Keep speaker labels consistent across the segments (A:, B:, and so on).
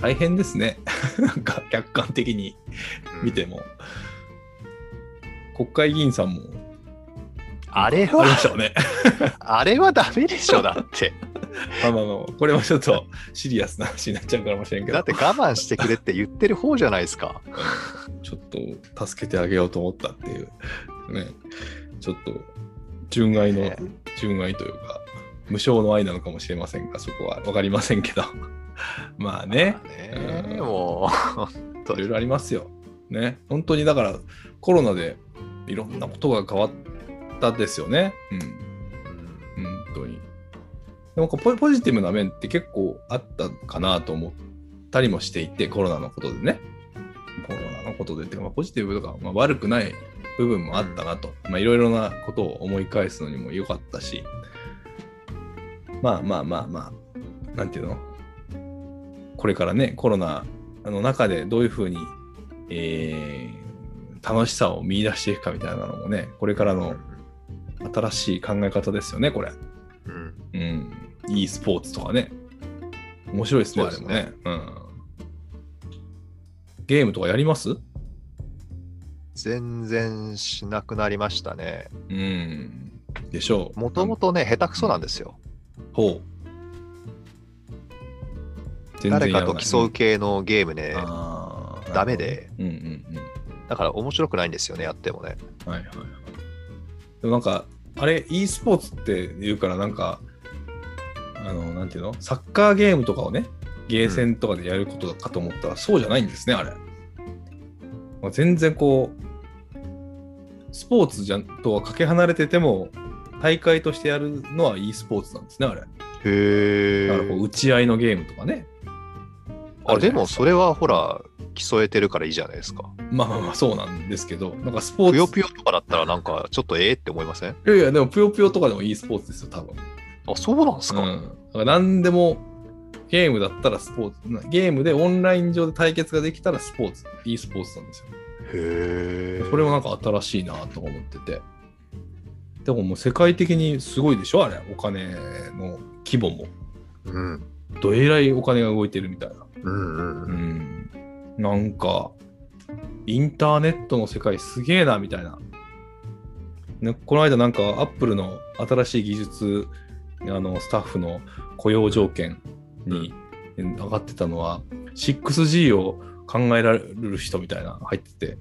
A: 大変ですね なんか客観的に見ても、国会議員さんも
B: あれ
A: ありま
B: は、
A: したよね
B: あれはダメでしょ、だって。
A: まあまあまあこれはちょっとシリアスな話になっちゃうかもしれんけ
B: だ
A: ど
B: って我慢してくれって言ってる方じゃないですか。
A: ちょっと助けてあげようと思ったっていうねちょっと純愛の
B: ね
A: 純愛というか無償の愛なのかもしれませんがそこは分かりませんけど まあね
B: ね
A: うん
B: も
A: いろいろありますよ。ね。本当にだからコロナでいろんなことが変わったですよね。うん。うん本当に。なんかポポジティブな面って結構あったかなと思ったりもしていて、コロナのことでね。コロナのことでっていうか、まあ、ポジティブとか、まあ、悪くない部分もあったなと。まあいろいろなことを思い返すのにも良かったし。まあまあまあまあ、なんていうのこれからね、コロナの中でどういうふうに、えー楽しさを見出していくかみたいなのもね、これから
B: う、
A: の新しい考え方ですよね、これ。
B: うん
A: うん。e スポーツとかね。面白いですね、で
B: そうです
A: も
B: ね
A: ね。うん。ゲームとかやります
B: 全然しなくなりましたね。
A: うん。でしょう。
B: もとも
A: と。
B: とね、下手くそなんですよ。
A: ほう。全
B: 誰
A: 然や
B: から
A: ない
B: と競う系のゲームね、
A: あー
B: ダメ。で、
A: なるほどうんうんうん。
B: だから面白くないんですよね、やってもね。
A: はいはいはい。でもなんか、あれ、e スポーツって言うから、なんか、あの、なんていうのサッカーゲームとかをね、ゲーセンとかでやることだかと思ったら、そうじゃないんですね、あれ。まあ全然こう、スポーツじゃんとはかけ離れてても、大会としてやるのは e スポーツなんですね、あれ。だか
B: へ
A: らこう、打ち合いのゲームとかね。
B: あ
A: るじゃ
B: で
A: ない
B: も
A: すか
B: それはほら、競えてるからいいじゃないですか。
A: まあまあまあ、そうなんですけど、なんかスポーツ。
B: ぷよぷよとかだったら、なんかちょっとええって思いません
A: いやいや、でもぷよぷよとかでも e スポーツですよ、多分。
B: あ、そうなんですか。
A: うん、だから何でもゲームだったらスポーツなゲームでオンライン上で対決ができたらスポーツ e スポーツなんですよ
B: へえ。
A: これもなんか新しいなと思っててでももう世界的にすごいでしょあれお金の規模も
B: うん。
A: どえらいお金が動いてるみたいな
B: うんうん
A: う
B: うん。
A: んなんかインターネットの世界すげえなみたいな、ね、この間なんかアップルの新しい技術あのスタッフの雇用条件に上がってたのは 6G を考えられる人みたいな入ってて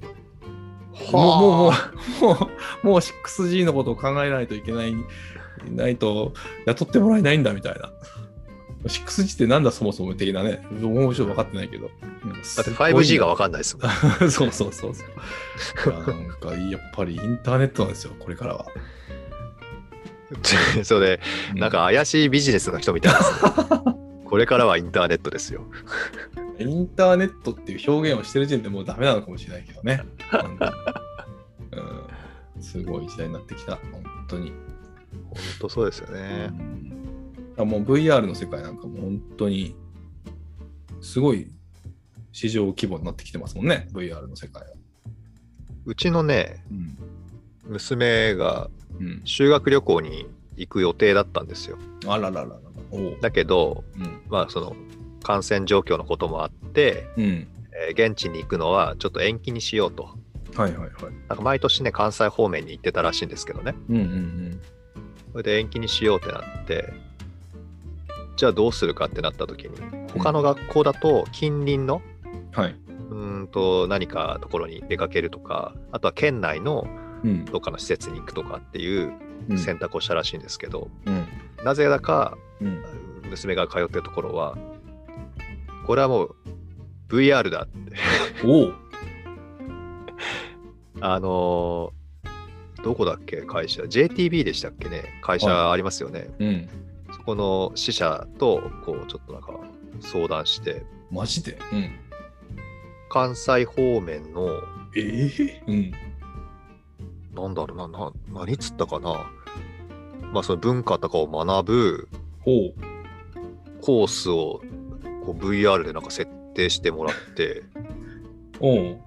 A: もうも
B: は
A: うもうもうもう 6G のことを考えないといけないないと雇ってもらえないんだみたいな 6G ってなんだそもそも的なねもうちょっと分かってないけど
B: だって 5G が分かんないですもん。
A: そうそうそうそう。いやなんかやっぱりインターネットなんですよ、これからは。
B: それ、
A: う
B: なんか怪しいビジネスの人みたい ですね。これからはインターネットですよ。
A: インターネットっていう表現をしてる時点でもうダメなのかもしれないけどね。なんかうん、すごい時代になってきた、本当に。
B: 本当そうですよね。
A: うんもう VR の世界なんかもう本当にすごい市場規模になってきてますもんね、VR の世界は。
B: うちのね、
A: うん
B: 娘が
A: うん、
B: 修学旅行に行く予定だったんですよ。
A: あららららら。おう
B: だけど、
A: うん
B: まあその感染状況のこともあって、
A: うん。
B: えー現地に行くのはちょっと延期にしようと。
A: はいはいはい。
B: なんか毎年ね、関西方面に行ってたらしいんですけどね。
A: うんうんうん。
B: それで延期にしようってなって、じゃあどうするかってなった時に、他の学校だと近隣の
A: はい。
B: うーんと何かところに出かけるとか、あとは県内の
A: うん。
B: どっかの施設に行くとかっていう
A: うん
B: 選択をしたらしいんですけど、
A: うん。
B: なぜだか
A: うん
B: 娘が通ってるところは、これはもう VR だって、
A: おう
B: あのーどこだっけ、会社、JTB でしたっけね、会社ありますよね、
A: うん。
B: そこの支社とこうちょっとなんか相談して、
A: マジでうん。
B: 関西方面の、
A: ええうん。
B: なんだろうな、な何つったかな、まあ、その文化とかを学ぶ、
A: ほ
B: コースをこう VR でなんか設定してもらって、
A: う。おう。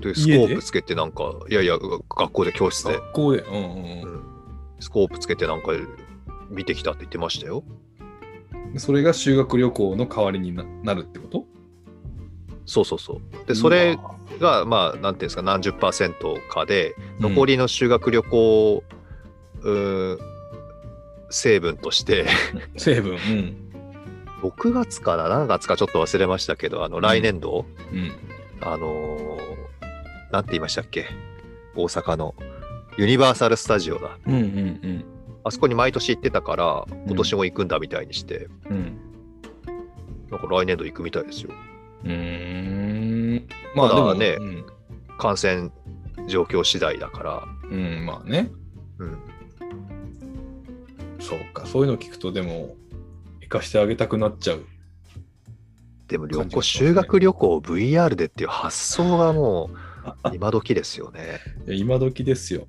B: でス
A: 家で
B: コープつけてなんか、いやいや、学校で教室で、
A: 学校で。うんうん
B: う
A: うん。
B: んスコープつけてなんか見てきたって言ってましたよ。
A: それが修学旅行の代わりにななるってこと
B: そうそうそう。で、それ
A: うわ
B: が、まあ、なんていうんですか、何十パーセントかで、
A: うん
B: 残りの修学旅行、うーん成分として、
A: 成分、うん
B: 6月かな、何月かちょっと忘れましたけど、あの、来年度、
A: うん、
B: あのーなんて言いましたっけ、大阪の。ユニバーサル・スタジオだ。
A: うんうん
B: あそこに毎年行ってたから、今年も行くんだみたいにして、
A: うんうん
B: なんか来年度行くみたいですよ。
A: うーんまあ
B: た
A: で
B: だ
A: も
B: ね
A: うん
B: 感染状況次第だから。
A: うん、まあね
B: うん、
A: そうかそういうの聞くとでも行かしてあげたくなっちゃう
B: でも旅
A: 感じが
B: 行、
A: しますね
B: 修学旅行を VR でっていう発想がもう今時ですよね。
A: いや今時ですよ